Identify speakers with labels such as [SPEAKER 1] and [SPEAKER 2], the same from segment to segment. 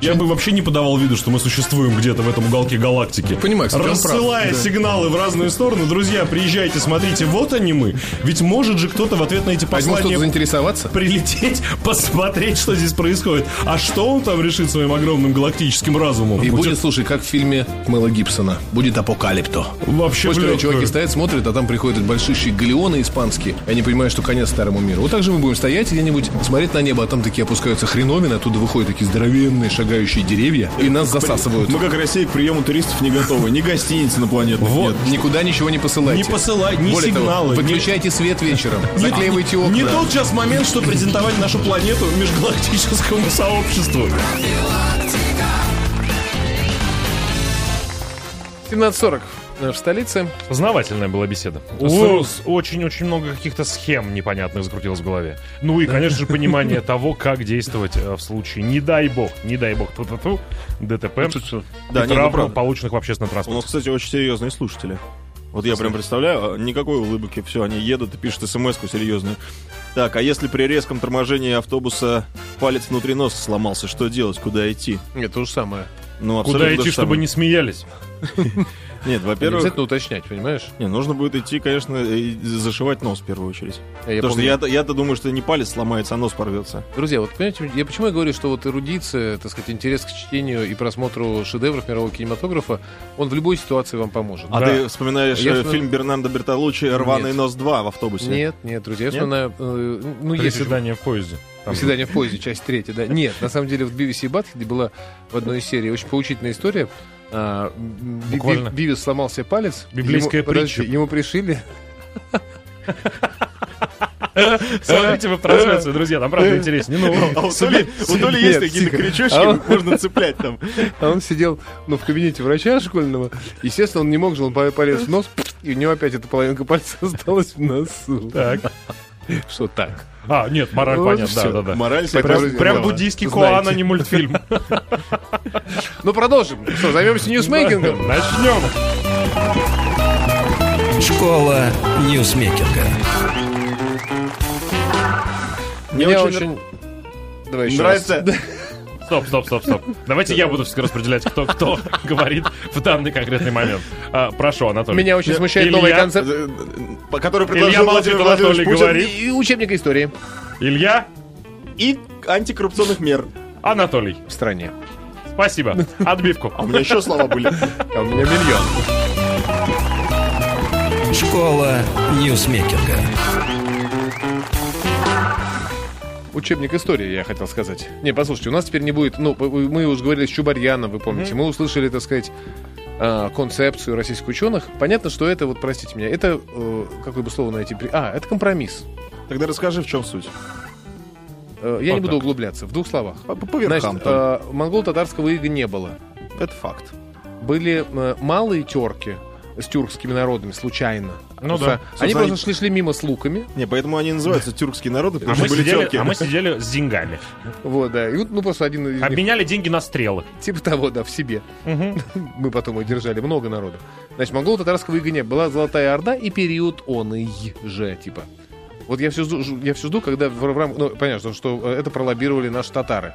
[SPEAKER 1] Я бы вообще не подавал виду, что мы существуем где-то в этом уголке галактики.
[SPEAKER 2] Понимаю, кстати, он прав.
[SPEAKER 1] Рассылая
[SPEAKER 2] Да.
[SPEAKER 1] сигналы в разные стороны, друзья, приезжайте, смотрите, вот они мы. Ведь может же кто-то в ответ на эти
[SPEAKER 2] А если
[SPEAKER 1] послания
[SPEAKER 2] кто-то заинтересоваться?
[SPEAKER 1] прилететь, посмотреть, что здесь происходит. А что он там решит своим огромным галактическим разумом?
[SPEAKER 2] И
[SPEAKER 1] Будет
[SPEAKER 2] будет, слушай, как в фильме Мэла Гибсона. Будет апокалипто.
[SPEAKER 1] вообще
[SPEAKER 2] Помнишь,
[SPEAKER 1] в
[SPEAKER 2] когда
[SPEAKER 1] лёгкую.
[SPEAKER 2] чуваки стоят, смотрят, а там приходят большущие галеоны испанские, и они понимают, что конец старому миру. Вот так же мы будем стоять где-нибудь, смотреть на небо, а там такие опускаются хреновины, оттуда выходят такие здоровенные шагающие деревья, и нас засасывают.
[SPEAKER 1] ну,
[SPEAKER 3] Мы как Россия к приему туристов не готовы. Ни гостиницы инопланетных
[SPEAKER 1] Вот.
[SPEAKER 3] нет.
[SPEAKER 2] Никуда ничего не посылайте.
[SPEAKER 1] Не посылай- ни
[SPEAKER 2] Более того,
[SPEAKER 1] сигналы, ни-
[SPEAKER 2] выключайте свет вечером,
[SPEAKER 1] Не-
[SPEAKER 2] заклеивайте окна.
[SPEAKER 1] Не тот сейчас момент, что презентовать нашу планету межгалактическому сообществу.
[SPEAKER 2] 17.40 в столице.
[SPEAKER 4] Познавательная была беседа.
[SPEAKER 2] Здорово.
[SPEAKER 4] С- Очень-очень много каких-то схем непонятных закрутилось в голове. Ну и, конечно же, понимание того, как действовать э, в случае, не дай бог, не дай бог, ту-ту-ту, ДТП
[SPEAKER 3] Да,
[SPEAKER 4] и
[SPEAKER 3] нет, ну
[SPEAKER 4] травм,
[SPEAKER 3] правда.
[SPEAKER 4] полученных в общественном
[SPEAKER 3] У нас,
[SPEAKER 4] транспорте.
[SPEAKER 3] кстати, очень серьезные слушатели. Вот я прям представляю, а, никакой улыбки, все, они едут и пишут смс-ку серьезную. Так, а если при резком торможении автобуса палец внутри носа сломался, что делать, куда идти?
[SPEAKER 2] Нет, то же самое.
[SPEAKER 3] Ну,
[SPEAKER 4] Куда
[SPEAKER 3] абсолютно то
[SPEAKER 4] идти,
[SPEAKER 3] же
[SPEAKER 4] чтобы
[SPEAKER 3] самое.
[SPEAKER 4] не смеялись?
[SPEAKER 3] Нет, во-первых,
[SPEAKER 2] обязательно уточнять, понимаешь?
[SPEAKER 3] не, нужно будет идти, конечно, и зашивать нос в первую очередь.
[SPEAKER 2] Я
[SPEAKER 3] Потому
[SPEAKER 2] помню-
[SPEAKER 3] что я, я-то думаю, что не палец сломается, а нос порвется.
[SPEAKER 2] Друзья, вот понимаете, я почему я говорю, что вот эрудиция, так сказать, интерес к чтению и просмотру шедевров мирового кинематографа, он в любой ситуации вам поможет.
[SPEAKER 3] А
[SPEAKER 4] Да.
[SPEAKER 3] ты вспоминаешь
[SPEAKER 2] Я
[SPEAKER 3] э,
[SPEAKER 2] вспоминаю-
[SPEAKER 3] фильм Бернардо Бертолуччи «Рваный
[SPEAKER 2] Нет.
[SPEAKER 3] нос 2» в автобусе?
[SPEAKER 2] Нет, нет, друзья, я
[SPEAKER 3] Нет?
[SPEAKER 2] вспоминаю, э, ну, если
[SPEAKER 4] Приседание в поезде. Там же-
[SPEAKER 2] Свидание в поезде, часть третья, да. Нет, на самом деле в Бивисе и Батхеде была в одной из серий очень поучительная история. А, Б- Б-
[SPEAKER 4] Буквально.
[SPEAKER 2] Бивис сломал себе палец.
[SPEAKER 4] Библейская
[SPEAKER 2] ему, подожди,
[SPEAKER 4] притча.
[SPEAKER 2] ему пришили.
[SPEAKER 4] Смотрите вы трансляцию, друзья, там правда интереснее. Ну,
[SPEAKER 3] Э. А у Толи, у Толи
[SPEAKER 2] Нет,
[SPEAKER 3] есть какие-то
[SPEAKER 2] тихо.
[SPEAKER 3] крючочки,
[SPEAKER 2] А он-
[SPEAKER 3] можно цеплять там.
[SPEAKER 2] А он сидел ну, в кабинете врача школьного. Естественно, он не мог же, он по- полез в нос, и у него опять эта половинка пальца осталась в носу.
[SPEAKER 4] так.
[SPEAKER 2] Что так?
[SPEAKER 4] А, нет, мораль
[SPEAKER 2] Вот
[SPEAKER 4] понятна,
[SPEAKER 2] всё.
[SPEAKER 4] да, да, да.
[SPEAKER 3] Мораль такая
[SPEAKER 2] Прям- прям
[SPEAKER 3] здравая.
[SPEAKER 4] Прям буддийский
[SPEAKER 2] Знаете.
[SPEAKER 4] Коан, а не мультфильм.
[SPEAKER 2] Ну, продолжим. Что, займемся ньюсмейкингом?
[SPEAKER 4] Начнем.
[SPEAKER 5] Школа ньюсмекинга.
[SPEAKER 3] Мне
[SPEAKER 2] Мне
[SPEAKER 3] очень
[SPEAKER 2] очень... Давай еще
[SPEAKER 3] нравится.
[SPEAKER 4] Стоп, стоп, стоп, стоп. Давайте я буду все распределять, кто кто говорит в данный конкретный момент. А, прошу, Анатолий.
[SPEAKER 2] Меня очень смущает
[SPEAKER 4] Илья-
[SPEAKER 2] новый концепт
[SPEAKER 3] Э, по- Который предложил
[SPEAKER 4] молчит,
[SPEAKER 3] Владимир Владимирович
[SPEAKER 4] Анатолий
[SPEAKER 3] Путин.
[SPEAKER 4] говорит.
[SPEAKER 2] и учебника истории
[SPEAKER 4] Илья,
[SPEAKER 3] И антикоррупционных мер.
[SPEAKER 4] Анатолий.
[SPEAKER 2] в стране.
[SPEAKER 4] Спасибо. Отбивку.
[SPEAKER 3] А у меня еще слова были.
[SPEAKER 2] А у меня миллион.
[SPEAKER 5] Школа ньюсмекинга.
[SPEAKER 2] Учебник истории, я хотел сказать. Не, послушайте, у нас теперь не будет... Ну, мы уже говорили с Чубарьяном, вы помните. Мы услышали, так сказать, э, концепцию российских ученых. Понятно, что это, вот простите меня, это, э, какое бы слово найти... при- А, это компромисс.
[SPEAKER 3] Тогда расскажи, в чем суть.
[SPEAKER 2] Э, Я не
[SPEAKER 4] Вот
[SPEAKER 2] буду
[SPEAKER 4] так.
[SPEAKER 2] углубляться. В двух словах.
[SPEAKER 3] По, по верхам
[SPEAKER 2] Значит,
[SPEAKER 3] там.
[SPEAKER 2] э, монголо-татарского ига не было.
[SPEAKER 3] э, Это факт.
[SPEAKER 2] Были э, малые терки с тюркскими народами случайно.
[SPEAKER 4] Ну
[SPEAKER 2] Просто
[SPEAKER 4] да.
[SPEAKER 3] Собственно,
[SPEAKER 2] Они просто
[SPEAKER 3] они-
[SPEAKER 2] шли-шли мимо с луками.
[SPEAKER 3] Не, поэтому они и называются тюркские народы,
[SPEAKER 4] А
[SPEAKER 3] потому
[SPEAKER 4] мы,
[SPEAKER 3] что были
[SPEAKER 4] сидели,
[SPEAKER 3] тюрки.
[SPEAKER 4] а мы сидели с деньгами.
[SPEAKER 2] Вот, да. И вот, ну, просто один из них
[SPEAKER 4] Обменяли деньги на стрелы.
[SPEAKER 2] Типа того, да, в себе.
[SPEAKER 4] Мгм.
[SPEAKER 2] Мы потом их держали, много народу. Значит, монголо-татарского ига не было. была Золотая Орда и период он и же, типа. Вот я все жду, я все жду когда в, в рамках... Ну, понятно, что э, это пролоббировали наши татары.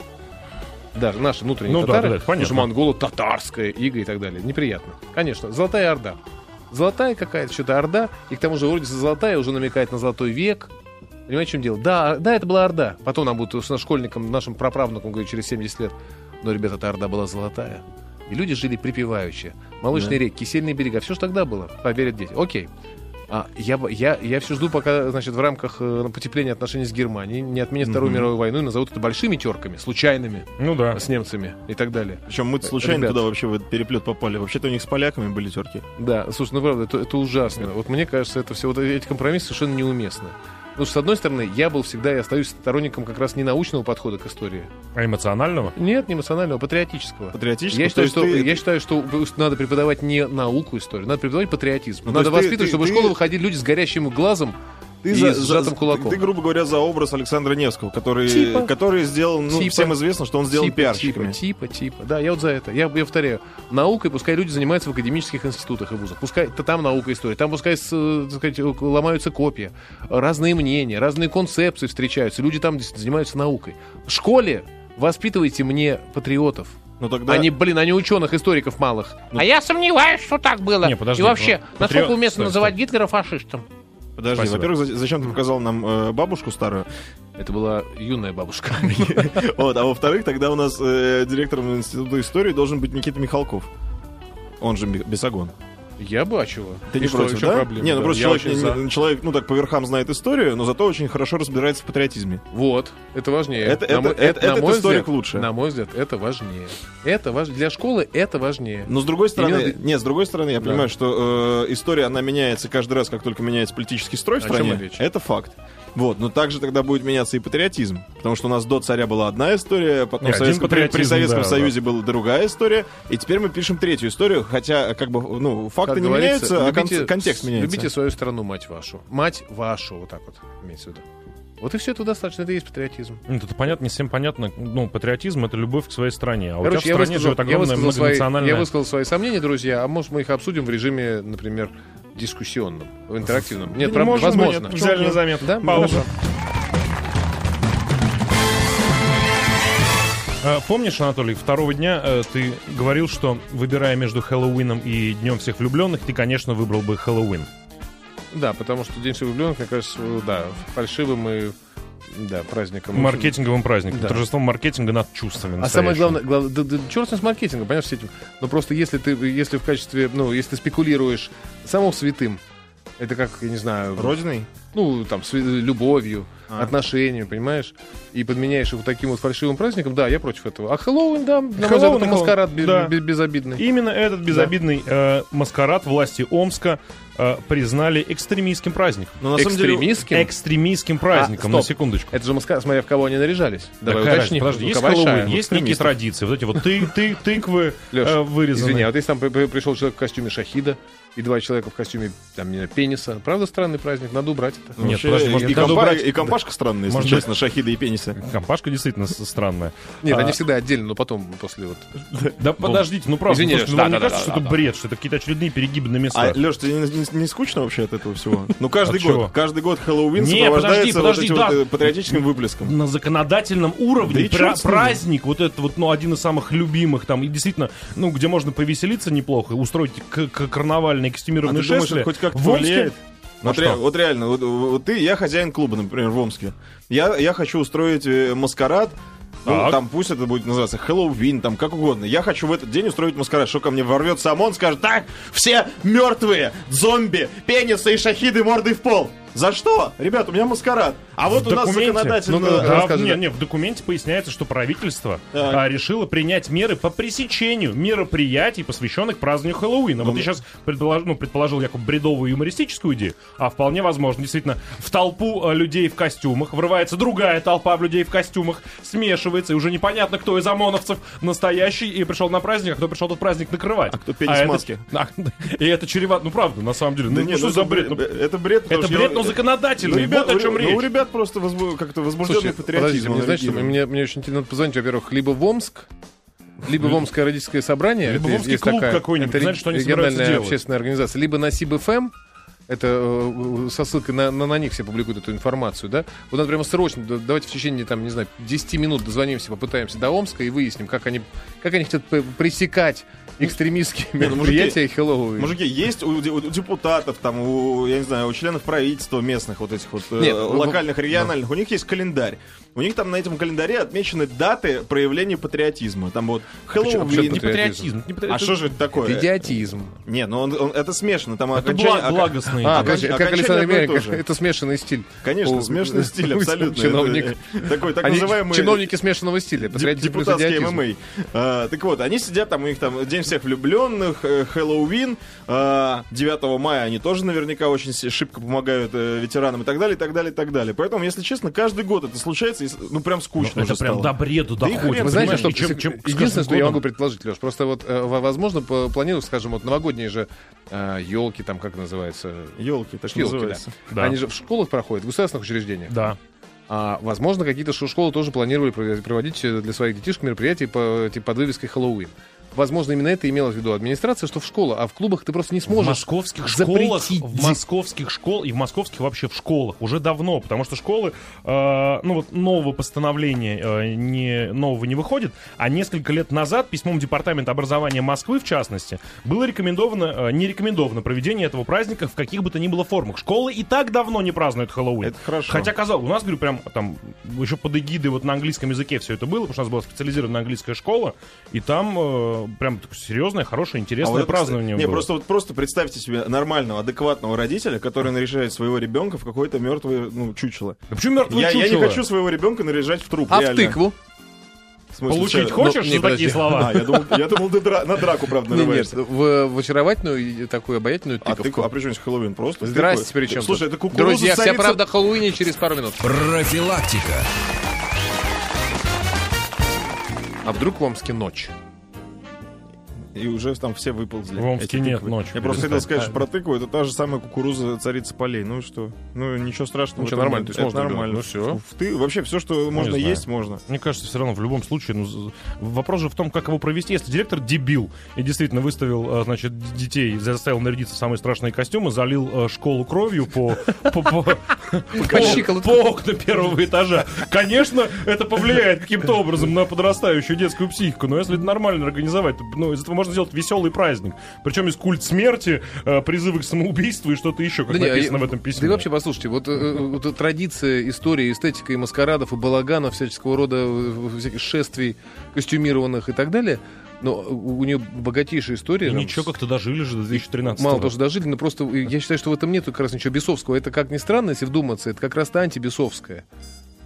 [SPEAKER 2] Даже наши внутренние
[SPEAKER 4] Ну да,
[SPEAKER 2] татары.
[SPEAKER 4] да, да,
[SPEAKER 2] потому
[SPEAKER 4] понятно.
[SPEAKER 2] что монголо-татарская ига и так далее. Неприятно. Конечно, Золотая Орда. Золотая какая-то что-то Орда, и к тому же вроде золотая уже намекает на Золотой век. Понимаете, в чем дело? Да, а, да, это была Орда. Потом нам будут с школьником, нашим праправнуком говорить через 70 лет. Но, ребята, эта Орда была золотая. И люди жили припеваючи. Молочные реки, кисельные берега. Все же тогда было, поверят дети. Окей. А, я, бы- я, я все жду, пока, значит, в рамках э, потепления отношений с Германией не отменят Вторую мировую войну и назовут это большими терками, случайными,
[SPEAKER 4] Ну да.
[SPEAKER 2] с немцами и так далее.
[SPEAKER 3] Причем мы случайно
[SPEAKER 2] Ребят.
[SPEAKER 3] туда вообще в этот переплет попали. Вообще-то у них с поляками были терки.
[SPEAKER 2] Да, слушай, ну правда, это, это ужасно. Вот мне кажется, это все, вот эти компромиссы совершенно неуместны. Потому что, с одной стороны, я был всегда и остаюсь сторонником как раз не научного подхода к истории.
[SPEAKER 4] А эмоционального?
[SPEAKER 2] Нет, не эмоционального, а патриотического.
[SPEAKER 3] Патриотически.
[SPEAKER 2] Я
[SPEAKER 3] То
[SPEAKER 2] считаю,
[SPEAKER 3] есть
[SPEAKER 2] что,
[SPEAKER 3] ты-
[SPEAKER 2] я считаю, что надо преподавать не науку историю, надо преподавать патриотизм.
[SPEAKER 3] Ну, то есть
[SPEAKER 2] надо
[SPEAKER 3] ты-
[SPEAKER 2] воспитывать,
[SPEAKER 3] ты-
[SPEAKER 2] чтобы из
[SPEAKER 3] ты-
[SPEAKER 2] школы выходили люди с горящим глазом и
[SPEAKER 3] за-
[SPEAKER 2] с
[SPEAKER 3] за-
[SPEAKER 2] сжатым
[SPEAKER 3] за-
[SPEAKER 2] кулаком.
[SPEAKER 3] Ты, грубо говоря, за образ Александра Невского, который,
[SPEAKER 2] Типа.
[SPEAKER 3] который сделал, ну,
[SPEAKER 2] Типа.
[SPEAKER 3] всем известно, что он сделал
[SPEAKER 2] типа, типа,
[SPEAKER 3] пиарщиками.
[SPEAKER 2] типа, типа. Да, я вот за это. Я, я повторяю, наукой пускай люди занимаются в академических институтах и вузах. Пускай то там наука история, там пускай, с, э, так сказать, ломаются копии, разные мнения, разные концепции встречаются. Люди там действительно занимаются наукой. В школе Воспитывайте мне патриотов.
[SPEAKER 3] Ну тогда...
[SPEAKER 2] Они, блин, они ученых, историков малых.
[SPEAKER 3] Ну-
[SPEAKER 6] А я сомневаюсь, что так было.
[SPEAKER 4] Не, подожди,
[SPEAKER 6] И вообще,
[SPEAKER 4] ну,
[SPEAKER 6] насколько
[SPEAKER 4] патриот-
[SPEAKER 6] уместно
[SPEAKER 4] стой,
[SPEAKER 6] называть Гитлера фашистом?
[SPEAKER 3] Подожди,
[SPEAKER 4] Спасибо.
[SPEAKER 3] во-первых, за- зачем ты показал нам э, бабушку старую?
[SPEAKER 2] Это была юная бабушка.
[SPEAKER 3] Вот, а во-вторых, тогда у нас э, директором Института истории должен быть Никита Михалков. Он же Бе- Бесогон.
[SPEAKER 2] Я бачила.
[SPEAKER 3] Ты не
[SPEAKER 2] И что,
[SPEAKER 3] против,
[SPEAKER 2] в чем
[SPEAKER 3] да?
[SPEAKER 2] проблема?
[SPEAKER 3] Не, ну
[SPEAKER 2] Да,
[SPEAKER 3] просто
[SPEAKER 2] я
[SPEAKER 3] человек,
[SPEAKER 2] очень за.
[SPEAKER 3] не- не- человек, ну так по верхам знает историю, но зато очень хорошо разбирается в патриотизме.
[SPEAKER 2] Вот, это важнее.
[SPEAKER 3] Это-
[SPEAKER 2] На
[SPEAKER 3] это-
[SPEAKER 2] мой-
[SPEAKER 3] это-
[SPEAKER 2] на
[SPEAKER 3] этот
[SPEAKER 2] мой
[SPEAKER 3] историк
[SPEAKER 2] взгляд-
[SPEAKER 3] лучше.
[SPEAKER 2] На мой взгляд, это важнее. Это важ... Для школы это важнее.
[SPEAKER 3] Но с другой стороны,
[SPEAKER 2] Именно-
[SPEAKER 3] не, с другой стороны, я
[SPEAKER 2] Да.
[SPEAKER 3] понимаю, что э, история, она меняется каждый раз, как только меняется политический строй в
[SPEAKER 2] О чем
[SPEAKER 3] стране.
[SPEAKER 2] и речь.
[SPEAKER 3] Это факт. Вот, но также тогда будет меняться и патриотизм. Потому что у нас до царя была одна история, потом
[SPEAKER 4] Не,
[SPEAKER 3] в
[SPEAKER 4] один
[SPEAKER 3] Советском- при, при
[SPEAKER 4] патриотизм,
[SPEAKER 3] Советском
[SPEAKER 4] да,
[SPEAKER 3] Союзе была другая история, и теперь мы пишем третью историю, хотя, как бы, ну, факты
[SPEAKER 2] Как
[SPEAKER 3] не
[SPEAKER 2] говорится,
[SPEAKER 3] меняются, а
[SPEAKER 2] любите-
[SPEAKER 3] конц- контекст меняется.
[SPEAKER 2] Любите свою страну, мать вашу. Мать вашу, вот так вот, имеется в виду. Вот и все это достаточно, это и есть патриотизм.
[SPEAKER 3] А
[SPEAKER 4] Ну, тут понятно, не всем понятно. Ну, патриотизм — это любовь к своей стране. А у
[SPEAKER 2] Короче,
[SPEAKER 4] тебя в стране
[SPEAKER 2] я,
[SPEAKER 4] живет
[SPEAKER 2] высказал, я,
[SPEAKER 4] огромная
[SPEAKER 2] высказал свои,
[SPEAKER 4] многонациональная...
[SPEAKER 2] я высказал свои сомнения, друзья, а может мы их обсудим в режиме, например, дискуссионном, в интерактивном. Нет,
[SPEAKER 4] Не
[SPEAKER 2] правда,
[SPEAKER 4] можем,
[SPEAKER 2] возможно.
[SPEAKER 4] нет, Взяли на заметку.
[SPEAKER 2] Да?
[SPEAKER 4] Пауза.
[SPEAKER 2] Хорошо.
[SPEAKER 4] А, Помнишь, Анатолий, второго дня э, ты говорил, что выбирая между Хэллоуином и Днем всех влюбленных, ты, конечно, выбрал бы Хэллоуин.
[SPEAKER 2] Да, потому что День всех влюбленных, мне кажется, э, да, фальшивым и да, праздником.
[SPEAKER 4] Маркетинговым праздником,
[SPEAKER 2] Да.
[SPEAKER 4] торжеством маркетинга над чувствами.
[SPEAKER 2] А самое
[SPEAKER 4] настоящими.
[SPEAKER 2] главное, главное да, да, черт с ним с маркетингом, понимаешь, с этим. Но просто если ты, если в качестве, ну, если ты спекулируешь самым святым, это как, я не знаю,
[SPEAKER 3] Родиной?
[SPEAKER 2] ну, там, с любовью,
[SPEAKER 3] А.
[SPEAKER 2] отношениями, понимешь, и подменяешь его таким вот фальшивым праздником, да, я против этого. А Хэллоуин, да, на мой взгляд,
[SPEAKER 4] Хэллоуин,
[SPEAKER 2] это
[SPEAKER 4] Хэллоуин,
[SPEAKER 2] маскарад бе-
[SPEAKER 4] да.
[SPEAKER 2] бе- безобидный.
[SPEAKER 4] Именно этот безобидный э, маскарад власти Омска э, признали экстремистским праздником.
[SPEAKER 3] Но на самом деле...
[SPEAKER 2] Экстремистским?
[SPEAKER 4] Экстремистским праздником,
[SPEAKER 2] А,
[SPEAKER 4] на
[SPEAKER 2] стоп.
[SPEAKER 4] секундочку.
[SPEAKER 2] Это же маскарад, смотря в кого они наряжались. Давай
[SPEAKER 4] Какая
[SPEAKER 2] уточни.
[SPEAKER 4] разница? Подожди,
[SPEAKER 2] Ну,
[SPEAKER 4] есть
[SPEAKER 2] кабача,
[SPEAKER 4] Хэллоуин,
[SPEAKER 2] ну,
[SPEAKER 4] есть некие
[SPEAKER 2] экстремистов.
[SPEAKER 4] традиции. Вот эти вот ты, ты, тыквы
[SPEAKER 2] Лёш,
[SPEAKER 4] э, вырезаны.
[SPEAKER 2] Извини, а вот если там при- при- пришел человек в костюме шахида и два человека в костюме, там, не знаю, пениса, правда странный праздник, надо убрать это.
[SPEAKER 4] Нет,
[SPEAKER 3] Вообще,
[SPEAKER 4] подожди, может,
[SPEAKER 3] и,
[SPEAKER 4] надо
[SPEAKER 3] компа-
[SPEAKER 4] убрать-
[SPEAKER 3] и компашка странная, если
[SPEAKER 4] Может быть.
[SPEAKER 3] честно, шахиды и пенисы.
[SPEAKER 4] Компашка действительно с- странная.
[SPEAKER 2] Нет,
[SPEAKER 4] А.
[SPEAKER 2] они всегда отдельно, но потом, после вот...
[SPEAKER 4] Да подождите, ну правда,
[SPEAKER 2] Извини,
[SPEAKER 4] слушайте,
[SPEAKER 2] Лёш,
[SPEAKER 4] ну, вам не
[SPEAKER 2] да-да-да,
[SPEAKER 4] кажется, что это
[SPEAKER 2] да-да.
[SPEAKER 4] бред, что это какие-то очередные перегибы на
[SPEAKER 3] А,
[SPEAKER 4] местах?
[SPEAKER 3] Леш, тебе не, не- не скучно вообще от этого всего? Ну, каждый
[SPEAKER 4] От
[SPEAKER 3] год,
[SPEAKER 4] чего?
[SPEAKER 3] каждый год Хэллоуин
[SPEAKER 4] Не,
[SPEAKER 3] сопровождается
[SPEAKER 4] подожди,
[SPEAKER 3] вот этим
[SPEAKER 4] подожди,
[SPEAKER 3] вот, э, патриотическим выплеском.
[SPEAKER 4] на законодательном уровне
[SPEAKER 3] Да и
[SPEAKER 4] пра-
[SPEAKER 3] чёрт с ним.
[SPEAKER 4] праздник, вот этот вот, ну, один из самых любимых там, и действительно, ну, где можно повеселиться неплохо, устроить к- к- карнавальное
[SPEAKER 3] А
[SPEAKER 4] экстремированное
[SPEAKER 3] ты думаешь,
[SPEAKER 4] шествие.
[SPEAKER 3] это хоть как-то
[SPEAKER 4] в Омске-
[SPEAKER 3] влияет?
[SPEAKER 4] Ну, На
[SPEAKER 3] вот,
[SPEAKER 4] что?
[SPEAKER 3] ре- вот реально, вот, вот ты, я хозяин клуба, например, в Омске. Я, я хочу устроить э, маскарад. Ну,
[SPEAKER 4] Так.
[SPEAKER 3] там пусть это будет называться Хэллоуин, там как угодно. Я хочу в этот день устроить маскарад. Что ко мне ворвется ОМОН, скажет, так, все мертвые, зомби, пенисы и шахиды мордой в пол. За что? Ребят, у меня маскарад. А вот
[SPEAKER 4] В
[SPEAKER 3] у нас э,
[SPEAKER 4] документе-
[SPEAKER 3] законодательно...
[SPEAKER 4] Ну, да,
[SPEAKER 2] да, расскажи,
[SPEAKER 4] не,
[SPEAKER 2] да.
[SPEAKER 4] не, в документе поясняется, что правительство
[SPEAKER 3] Так.
[SPEAKER 4] а, решило принять меры по пресечению мероприятий, посвященных празднованию Хэллоуина. Вот ты сейчас предположил, ну, предположил якобы бредовую юмористическую идею, а вполне возможно, действительно, в толпу а, людей в костюмах врывается другая толпа в людей в костюмах, смешивается, и уже непонятно, кто из ОМОНовцев настоящий и пришел на праздник, а кто пришел этот праздник накрывать.
[SPEAKER 3] А кто пенис в
[SPEAKER 4] это-
[SPEAKER 3] маске.
[SPEAKER 4] А, И это чревато, ну правда, на самом деле.
[SPEAKER 3] Да
[SPEAKER 4] ну,
[SPEAKER 3] нет,
[SPEAKER 4] ну, что
[SPEAKER 3] ну,
[SPEAKER 4] за бред? Ну,
[SPEAKER 3] Это бред, потому
[SPEAKER 4] это
[SPEAKER 3] что
[SPEAKER 4] бред,
[SPEAKER 3] я-
[SPEAKER 4] но законодательный.
[SPEAKER 3] Ну, ребят,
[SPEAKER 4] вот о
[SPEAKER 3] у-
[SPEAKER 4] чем
[SPEAKER 3] ну,
[SPEAKER 4] речь. ну,
[SPEAKER 3] у ребят просто возбу- как-то возбужденный
[SPEAKER 2] Слушай, подождите,
[SPEAKER 3] патриотизм.
[SPEAKER 2] мне,
[SPEAKER 3] он
[SPEAKER 2] знаешь, что,
[SPEAKER 3] реагирует.
[SPEAKER 2] мне, мне очень надо позвонить, во-первых, либо в Омск, либо в Омское родительское собрание.
[SPEAKER 4] Либо
[SPEAKER 2] это
[SPEAKER 4] в Омский
[SPEAKER 2] есть
[SPEAKER 4] клуб
[SPEAKER 2] такая-
[SPEAKER 4] какой-нибудь,
[SPEAKER 2] это
[SPEAKER 4] знаешь, что они собираются
[SPEAKER 2] региональная
[SPEAKER 4] делать.
[SPEAKER 2] общественная организация. Либо на СИБФМ, Эм, это э, со ссылкой на, на, на них все публикуют эту информацию, да? Вот надо прямо срочно, да, давайте в течение, там, не знаю, 10 минут дозвонимся, попытаемся до Омска и выясним, как они, как они хотят п- пресекать экстремистские
[SPEAKER 3] Не, ну, мужики,
[SPEAKER 2] мероприятия и Хэллоуин.
[SPEAKER 3] Мужики, есть у, де- у депутатов, там, у, я не знаю, у членов правительства местных вот этих вот э,
[SPEAKER 2] Нет, ну,
[SPEAKER 3] локальных, региональных, у них есть календарь. У них там на этом календаре отмечены даты проявления патриотизма. Там вот
[SPEAKER 2] почему
[SPEAKER 3] Хэллоуин.
[SPEAKER 2] патриотизм?
[SPEAKER 4] Патриотизм. не патри-
[SPEAKER 3] А что же это такое?
[SPEAKER 2] Идиотизм.
[SPEAKER 3] Не, ну он- он- это смешно. Там
[SPEAKER 4] Это
[SPEAKER 3] окончание-
[SPEAKER 4] благ- благостный.
[SPEAKER 2] А,
[SPEAKER 3] оконч-
[SPEAKER 2] как, как
[SPEAKER 3] окончание
[SPEAKER 2] Александр
[SPEAKER 3] одно и то
[SPEAKER 2] Мельников,
[SPEAKER 3] же.
[SPEAKER 2] это смешанный стиль.
[SPEAKER 3] Конечно,
[SPEAKER 2] У-
[SPEAKER 3] смешный стиль,
[SPEAKER 2] у-
[SPEAKER 3] абсолютно.
[SPEAKER 2] Чиновник.
[SPEAKER 3] Это, э, Такой так
[SPEAKER 2] Они
[SPEAKER 3] называемый...
[SPEAKER 2] чиновники смешанного стиля.
[SPEAKER 3] Деп-
[SPEAKER 2] патриотизм плюс
[SPEAKER 3] Депутатский
[SPEAKER 2] идиотизм.
[SPEAKER 3] ММА. А, так вот, они сидят там, у них там День всех влюбленных, э, Хэллоуин, а, 9 мая они тоже наверняка очень с- шибко помогают э, ветеранам и так далее, и так далее, и так далее. Поэтому, если честно, кажый год это случается, и с- ну прям скучно
[SPEAKER 4] Ну, это
[SPEAKER 3] уже
[SPEAKER 4] прям
[SPEAKER 3] стало.
[SPEAKER 4] до бреду
[SPEAKER 3] Да и
[SPEAKER 4] доходит.
[SPEAKER 3] хрен
[SPEAKER 2] Вы
[SPEAKER 3] Нет,
[SPEAKER 2] знаете,
[SPEAKER 4] понимаешь?
[SPEAKER 2] что
[SPEAKER 4] И чем- чем- с каждым
[SPEAKER 2] единственное, что я
[SPEAKER 4] годом-
[SPEAKER 2] могу предположить, Леш, просто вот, э, во- возможно, по- планируется, скажем, вот новогодние же елки, там, как называется,
[SPEAKER 3] Елки, так
[SPEAKER 2] Ёлки,
[SPEAKER 3] называется. А
[SPEAKER 4] Да.
[SPEAKER 2] они же в школах проходят, в государственных учреждениях.
[SPEAKER 4] Да.
[SPEAKER 2] А, возможно, какие-то шу- школы тоже планировали пров- проводить э, для своих детишек мероприятия по, типа, под вывеской Хэллоуин. возможно, именно это имелось в виду администрация, что в школах, а в клубах ты просто не
[SPEAKER 4] В
[SPEAKER 2] сможешь.
[SPEAKER 4] московских школах,
[SPEAKER 2] запретить
[SPEAKER 4] в московских школ и в московских вообще в школах уже давно, потому что школы, э, ну вот нового постановления э, не нового не выходит, а несколько лет назад письмом департамента образования Москвы в частности было рекомендовано э, не рекомендовано проведение этого праздника в каких бы то ни было формах. Школы и так давно не празднуют Хэллоуин.
[SPEAKER 3] Это хорошо.
[SPEAKER 4] Хотя казалось, у нас, говорю, прям там еще под эгидой вот на английском языке все это было, потому что у нас была специализированная английская школа, и там э, прям такое серьезное, хорошее,
[SPEAKER 3] А
[SPEAKER 4] интересное
[SPEAKER 3] вот это,
[SPEAKER 4] празднование
[SPEAKER 3] Не,
[SPEAKER 4] было.
[SPEAKER 3] просто вот просто представьте себе нормального, адекватного родителя, который наряжает своего ребенка в какое-то мертвое, ну, чучело.
[SPEAKER 4] Да почему мертвое
[SPEAKER 3] Я, я не
[SPEAKER 4] чучело?
[SPEAKER 3] хочу своего ребенка наряжать в труп.
[SPEAKER 2] А в
[SPEAKER 3] реально.
[SPEAKER 2] тыкву?
[SPEAKER 3] В смысле,
[SPEAKER 4] Получить
[SPEAKER 3] всё-
[SPEAKER 4] хочешь
[SPEAKER 2] не,
[SPEAKER 4] за такие
[SPEAKER 2] подожди.
[SPEAKER 4] слова?
[SPEAKER 3] А, я думал, я думал, ты дра- на драку, правда,
[SPEAKER 2] Не, нет,
[SPEAKER 3] нарываешься.
[SPEAKER 2] в, в очаровательную и такую обаятельную
[SPEAKER 3] А, тыква, а
[SPEAKER 2] тыковку.
[SPEAKER 3] при чем здесь Хэллоуин? Просто
[SPEAKER 2] Здрасте,
[SPEAKER 3] тыква.
[SPEAKER 2] причем.
[SPEAKER 3] Слушай, это кукуруза
[SPEAKER 2] Друзья, вся
[SPEAKER 3] садится-
[SPEAKER 2] правда о Хэллоуине через пару минут.
[SPEAKER 5] Профилактика.
[SPEAKER 2] А вдруг в Омске ночь?
[SPEAKER 3] И уже там все выползли.
[SPEAKER 4] В Омске
[SPEAKER 3] эти
[SPEAKER 4] нет
[SPEAKER 3] тыквы.
[SPEAKER 4] ночью,
[SPEAKER 3] Я просто
[SPEAKER 4] перестань.
[SPEAKER 3] хотел сказать, что про тыкву это та же самая кукуруза царица полей. Ну и что? Ну ничего страшного.
[SPEAKER 2] Ничего
[SPEAKER 3] в этом
[SPEAKER 2] нормально,
[SPEAKER 3] нет.
[SPEAKER 2] то есть
[SPEAKER 3] Это
[SPEAKER 2] можно
[SPEAKER 3] нормально.
[SPEAKER 2] делать. Ну, всё.
[SPEAKER 3] В ты, вообще все, что можно
[SPEAKER 4] знаю.
[SPEAKER 3] есть, можно.
[SPEAKER 4] Мне кажется, все равно в любом случае, ну, з- вопрос же в том, как его провести. Если директор дебил и действительно выставил, э, значит, д- детей, заставил нарядиться в самые страшные костюмы, залил э, школу кровью по по- по- по-
[SPEAKER 2] щиколотку.
[SPEAKER 4] по окна первого этажа, конечно, это повлияет каким-то образом на подрастающую детскую психику. Но если это нормально организовать, то, ну, из этого можно сделать веселый праздник. Причем из культ смерти, э, призывы к самоубийству и что-то еще, как
[SPEAKER 2] Да не,
[SPEAKER 4] написано
[SPEAKER 2] а
[SPEAKER 4] в
[SPEAKER 2] я-
[SPEAKER 4] этом
[SPEAKER 2] Да
[SPEAKER 4] письме.
[SPEAKER 2] и вообще, послушайте, вот, э, э, вот эта традиция, история, эстетика и маскарадов, и балаганов, всяческого рода э, всяких шествий костюмированных и так далее, но у у нее богатейшая история.
[SPEAKER 4] И
[SPEAKER 2] там,
[SPEAKER 4] Ну, Ничего,
[SPEAKER 2] с-
[SPEAKER 4] как-то дожили же до 2013
[SPEAKER 2] Мало того, что дожили, но просто э, я считаю, что в этом нету как раз ничего бесовского. Это, как ни странно, если вдуматься, это как раз та антибесовская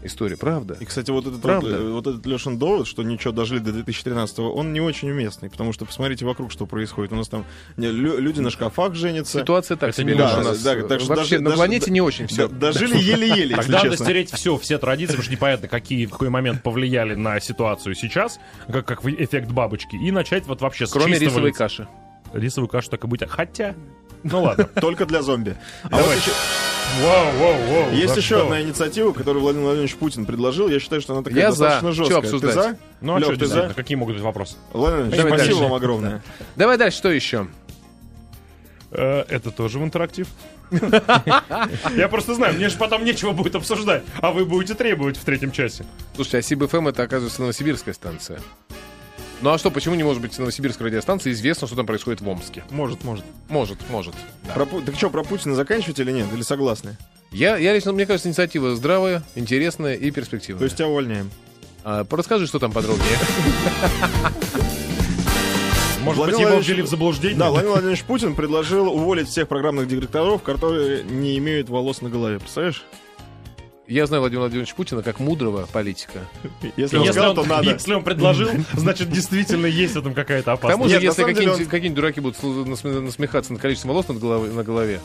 [SPEAKER 2] история, правда?
[SPEAKER 3] И, кстати, вот этот, вот,
[SPEAKER 2] Правда.
[SPEAKER 3] э, вот этот Лешин довод, что ничего дожили до 2013-го, он не очень уместный, потому что посмотрите вокруг, что происходит. У нас там не, лю- люди на шкафах женятся.
[SPEAKER 2] Ситуация так
[SPEAKER 4] Это
[SPEAKER 2] себе,
[SPEAKER 4] не
[SPEAKER 2] Лёш,
[SPEAKER 4] да,
[SPEAKER 2] у нас. э,
[SPEAKER 3] да, так что
[SPEAKER 2] Вообще
[SPEAKER 3] даже-
[SPEAKER 2] на
[SPEAKER 3] даже-
[SPEAKER 2] планете
[SPEAKER 3] да-
[SPEAKER 2] не очень
[SPEAKER 3] Д-
[SPEAKER 2] все.
[SPEAKER 3] Дожили еле-еле, если
[SPEAKER 4] Тогда надо
[SPEAKER 3] честно.
[SPEAKER 4] стереть все, все традиции, потому что непонятно, какие, в какой момент повлияли на ситуацию сейчас, как, как в- эффект бабочки, и начать вот вообще с
[SPEAKER 2] Кроме
[SPEAKER 4] чистого
[SPEAKER 2] рисовой
[SPEAKER 4] лица.
[SPEAKER 2] каши.
[SPEAKER 4] Рисовую кашу так и быть. Хотя, ну ладно.
[SPEAKER 3] Только для зомби. А вот еще-
[SPEAKER 4] Вау, вау, вау.
[SPEAKER 3] есть
[SPEAKER 4] за
[SPEAKER 3] еще
[SPEAKER 4] что?
[SPEAKER 3] одна инициатива, которую Владимир Владимирович Путин предложил. Я считаю, что она такая
[SPEAKER 2] Я за.
[SPEAKER 3] достаточно
[SPEAKER 2] Чё
[SPEAKER 3] жесткая.
[SPEAKER 2] обсуждать?
[SPEAKER 3] Ты за?
[SPEAKER 4] Ну а
[SPEAKER 3] Лёв,
[SPEAKER 4] что,
[SPEAKER 3] ты
[SPEAKER 4] действительно,
[SPEAKER 3] за?
[SPEAKER 4] какие могут быть вопросы?
[SPEAKER 3] Владимир Владимирович,
[SPEAKER 2] Давай
[SPEAKER 3] спасибо
[SPEAKER 2] дальше.
[SPEAKER 3] вам огромное.
[SPEAKER 2] Давай дальше, что еще?
[SPEAKER 4] Э, Это тоже в интерактив. Я просто знаю, мне же потом нечего будет обсуждать, а вы будете требовать в третьем часе.
[SPEAKER 2] Слушайте, а СибФМ это, оказывается, новосибирская станция. Ну а что, почему не может быть новосибирская радиостанция? Известно, что там происходит в Омске.
[SPEAKER 3] Может, может.
[SPEAKER 2] Может, может. да.
[SPEAKER 3] Про Пу- Так что, про Путина заканчивать или нет? Или согласны?
[SPEAKER 2] Я, я лично, мне кажется, инициатива здравая, интересная и перспективная.
[SPEAKER 3] То есть тебя увольняем.
[SPEAKER 2] А, расскажи, что там подробнее.
[SPEAKER 4] Может быть, его
[SPEAKER 3] Владимир Владимирович-
[SPEAKER 4] ввели в заблуждение?
[SPEAKER 3] Да, Владимир Владимирович Путин предложил уволить всех программных директоров, которые не имеют волос на голове. Представляешь?
[SPEAKER 2] Я знаю Владимира Владимировича Путина как мудрого политика.
[SPEAKER 3] Если он
[SPEAKER 4] Если
[SPEAKER 3] сказал, то
[SPEAKER 4] он,
[SPEAKER 3] надо.
[SPEAKER 4] если он предложил, значит, действительно есть в этом какая-то
[SPEAKER 2] К тому
[SPEAKER 4] опасность.
[SPEAKER 2] же,
[SPEAKER 3] Нет, на
[SPEAKER 2] если
[SPEAKER 3] самом деле
[SPEAKER 2] какие-нибудь какие-нибудь дураки будут слу- насме- насмехаться над количеством волос над головой- на голове,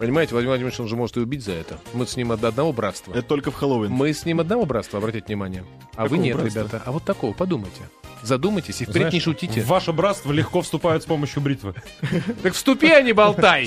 [SPEAKER 2] понимаете, Владимир Владимирович, он же может и убить за это. Мы с ним од- одного братства.
[SPEAKER 3] Это только в Хэллоуин.
[SPEAKER 2] Мы с ним одного братства, обратите внимание. А вы
[SPEAKER 3] Какого
[SPEAKER 2] нет,
[SPEAKER 3] братства?
[SPEAKER 2] ребята. А вот такого, подумайте. Задумайтесь и впредь
[SPEAKER 4] Знаешь,
[SPEAKER 2] не шутите.
[SPEAKER 4] В ваше братство легко вступают с помощью бритвы.
[SPEAKER 2] Так вступи, а не болтай!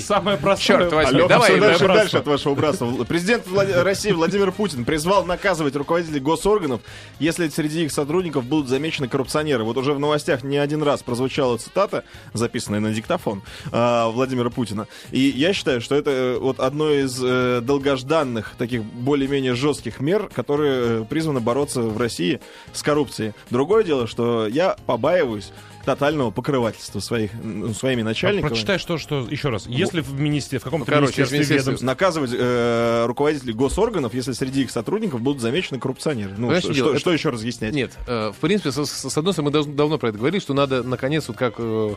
[SPEAKER 4] Самое простое.
[SPEAKER 2] Черт возьми,
[SPEAKER 3] Алёха,
[SPEAKER 2] давай,
[SPEAKER 3] всё
[SPEAKER 2] давай,
[SPEAKER 3] дальше,
[SPEAKER 2] брат.
[SPEAKER 3] дальше от вашего братства. Вла- Президент Вла- России Владимир Путин призвал наказывать руководителей госорганов, если среди их сотрудников будут замечены коррупционеры. Вот уже в новостях не один раз прозвучала цитата, записанная на диктофон а, Владимира Путина. И я считаю, что это э, вот одно из э, долгожданных таких более-менее жестких мер, которые э, призваны бороться в России с коррупцией. Другое дело, что я побаиваюсь тотального покрывательства своих, ну, своими
[SPEAKER 4] А
[SPEAKER 3] начальниками.
[SPEAKER 4] Прочитай, что, что, еще раз. Если в министерстве, в каком-то
[SPEAKER 2] короче,
[SPEAKER 4] министерстве,
[SPEAKER 2] если-
[SPEAKER 4] ведомстве-
[SPEAKER 3] наказывать э, руководителей госорганов, если среди их сотрудников будут замечены коррупционеры. Ну,
[SPEAKER 2] Понимаешь,
[SPEAKER 3] что,
[SPEAKER 2] дело,
[SPEAKER 3] что-
[SPEAKER 2] это-
[SPEAKER 3] что еще разъяснять?
[SPEAKER 2] Нет, э, в принципе, с, с- с одной стороны, мы дав- давно про это говорили, что надо, наконец, вот как э,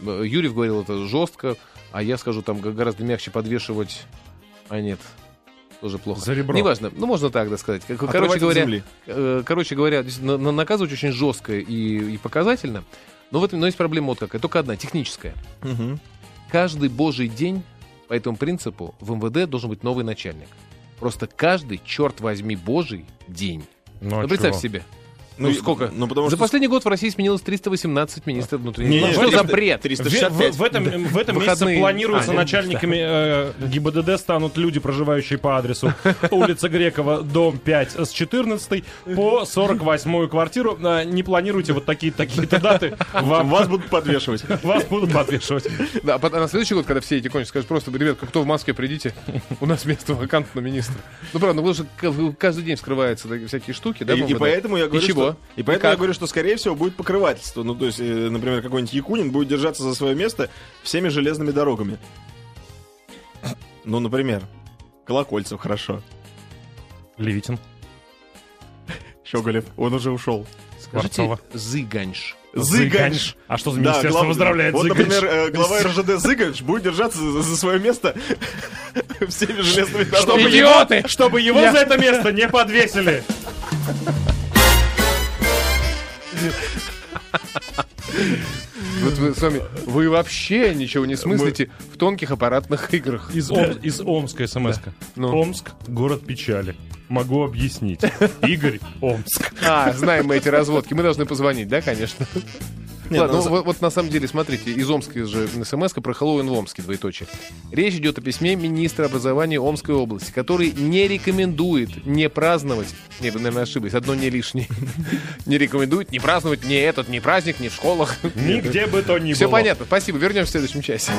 [SPEAKER 2] э, Юрьев говорил, это жестко, а я скажу, там г- гораздо мягче подвешивать, а нет, тоже плохо.
[SPEAKER 4] За ребро.
[SPEAKER 2] Неважно, ну можно так, да, сказать. Как-
[SPEAKER 3] Отрывать
[SPEAKER 2] Короче
[SPEAKER 3] от
[SPEAKER 2] говоря,
[SPEAKER 3] земли.
[SPEAKER 2] э, короче говоря, действительно, на- наказывать очень жестко и, и показательно, но в этом но есть проблема вот какая, только одна, техническая. ну,
[SPEAKER 3] Мгм.
[SPEAKER 2] Каждый божий день по этому принципу в МВД должен быть новый начальник. Просто каждый, черт возьми, божий день.
[SPEAKER 4] Ну, а
[SPEAKER 2] Ну, представь
[SPEAKER 4] чего?
[SPEAKER 2] себе. Ну,
[SPEAKER 3] и-
[SPEAKER 2] сколько?
[SPEAKER 3] Ну, потому
[SPEAKER 2] за
[SPEAKER 3] что...
[SPEAKER 2] последний год в России сменилось 318 министров внутренних
[SPEAKER 3] Не-не-не,
[SPEAKER 2] дел. Что
[SPEAKER 3] триста-
[SPEAKER 2] за бред?
[SPEAKER 3] 365.
[SPEAKER 4] В, в- в этом, в этом месяце
[SPEAKER 2] Выходные.
[SPEAKER 4] планируется
[SPEAKER 2] А, ну,
[SPEAKER 4] начальниками э, ГИБДД станут люди, проживающие по адресу улица Грекова, дом 5 с 14 по 48 квартиру. Э, Не планируйте вот такие такие-то даты. Вам
[SPEAKER 3] Вас будут подвешивать.
[SPEAKER 4] вас будут подвешивать.
[SPEAKER 2] Да, а потом- на следующий год, когда все эти кончатся, скажут просто, ребят, кто в Москве, придите, у нас место вакантно министра. Ну, правда, ну, потому что к- каждый день вскрываются такие всякие штуки, да?
[SPEAKER 3] И, и
[SPEAKER 2] новые, да.
[SPEAKER 3] поэтому я
[SPEAKER 2] И
[SPEAKER 3] говорю,
[SPEAKER 2] чего?
[SPEAKER 3] что, и поэтому я
[SPEAKER 2] как?
[SPEAKER 3] говорю, что скорее всего будет покрывательство. Ну, то есть, э, например, какой-нибудь Якунин будет держаться за свое место всеми железными дорогами. Ну, например, Колокольцев хорошо.
[SPEAKER 4] Левитин.
[SPEAKER 3] Щеголев, он уже ушел.
[SPEAKER 2] Скажите,
[SPEAKER 4] Скворцова.
[SPEAKER 2] Зыганьш.
[SPEAKER 3] Зыганьш.
[SPEAKER 4] А что за министерство
[SPEAKER 3] глав-
[SPEAKER 4] поздравляет
[SPEAKER 3] Вот,
[SPEAKER 4] Зыганьш?
[SPEAKER 3] например, э, глава РЖД Зыганш будет держаться за, за свое место всеми железными дорогами.
[SPEAKER 2] Идиоты!
[SPEAKER 4] Чтобы его за это место не подвесили.
[SPEAKER 2] Вот вы с вами, вы вообще ничего не смыслите в тонких аппаратных играх.
[SPEAKER 4] Из, Ом- из Омска смс
[SPEAKER 2] Ну.
[SPEAKER 4] Омск — город печали. Могу объяснить. Игорь Омск.
[SPEAKER 2] А, знаем мы эти разводки. Мы должны позвонить, да, конечно?
[SPEAKER 3] Нет, ну,
[SPEAKER 2] Ладно, ну,
[SPEAKER 3] за-
[SPEAKER 2] вот, вот на самом деле, смотрите, из Омска же смс про Хэллоуин в Омске, двоеточие. Речь идет о письме министра образования Омской области, который не рекомендует не праздновать... Не, вы, наверное, ошиблись, одно не лишнее. Не рекомендует не праздновать ни этот, ни праздник, ни в школах.
[SPEAKER 4] Нигде бы то ни было.
[SPEAKER 2] Все понятно, спасибо, вернемся в следующем часе.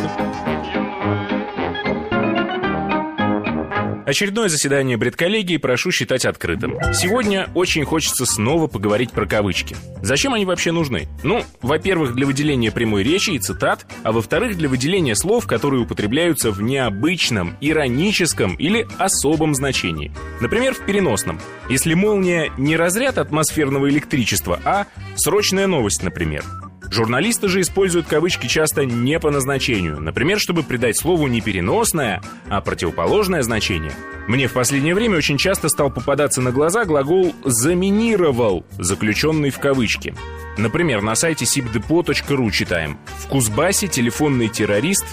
[SPEAKER 7] Очередное заседание бредколлегии прошу считать открытым. Сегодня очень хочется снова поговорить про кавычки. Зачем они вообще нужны? Ну, во-первых, для выделения прямой речи и цитат, а во-вторых, для выделения слов, которые употребляются в необычном, ироническом или особом значении. Например, в переносном. Если молния не разряд атмосферного электричества, а срочная новость, например. Журналисты же используют кавычки часто не по назначению, например, чтобы придать слову не переносное, а противоположное значение. Мне в последнее время очень часто стал попадаться на глаза глагол «заминировал», заключенный в кавычки. Например, на сайте sibdepo.ru читаем «В Кузбассе телефонный террорист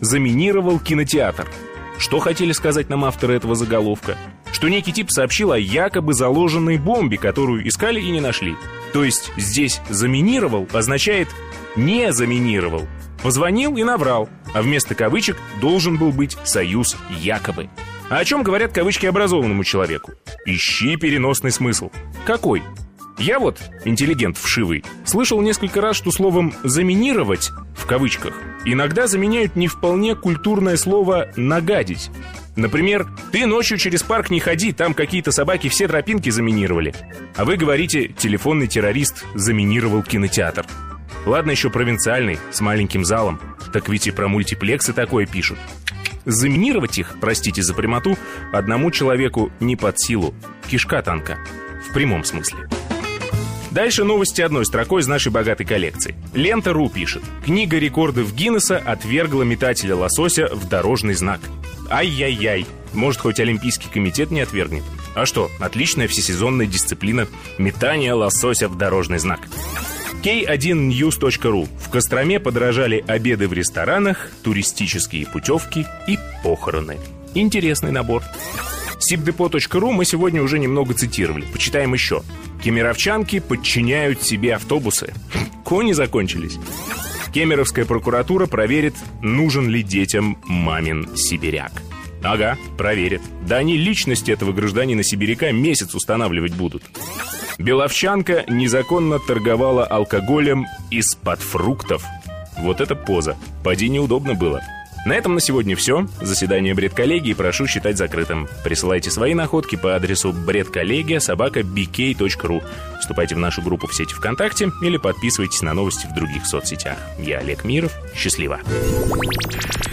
[SPEAKER 7] заминировал кинотеатр». Что хотели сказать нам авторы этого заголовка? Что некий тип сообщил о якобы заложенной бомбе, которую искали и не нашли. То есть здесь «заминировал» означает «не заминировал». Позвонил и наврал, а вместо кавычек должен был быть «союз якобы». А о чем говорят кавычки образованному человеку? Ищи переносный смысл. Какой? Я вот, интеллигент вшивый, слышал несколько раз, что словом «заминировать» в кавычках иногда заменяют не вполне культурное слово «нагадить». Например, «ты ночью через парк не ходи, там какие-то собаки все тропинки заминировали». А вы говорите «телефонный террорист заминировал кинотеатр». Ладно еще провинциальный, с маленьким залом. Так ведь и про мультиплексы такое пишут. Заминировать их, простите за прямоту, одному человеку не под силу. Кишка танка. В прямом смысле. Дальше новости одной строкой из нашей богатой коллекции. Лента.ру пишет. Книга рекордов Гиннесса отвергла метателя лосося в дорожный знак. Ай-яй-яй. Может, хоть Олимпийский комитет не отвергнет. А что, отличная всесезонная дисциплина метание лосося в дорожный знак. K1news.ru. В Костроме подорожали обеды в ресторанах, туристические путевки и похороны. Интересный набор. Сибдепо.ру мы сегодня уже немного цитировали. Почитаем еще. Кемеровчанки подчиняют себе автобусы. Кони закончились. Кемеровская прокуратура проверит, нужен ли детям мамин сибиряк. Ага, проверит. Да они личность этого гражданина сибиряка месяц устанавливать будут. Беловчанка незаконно торговала алкоголем из-под фруктов. Вот это поза. Поди неудобно было. На этом на сегодня все. Заседание бредколлегии прошу считать закрытым. Присылайте свои находки по адресу бредколлегия собака bk.ru. Вступайте в нашу группу в сети ВКонтакте или подписывайтесь на новости в других соцсетях. Я Олег Миров. Счастливо.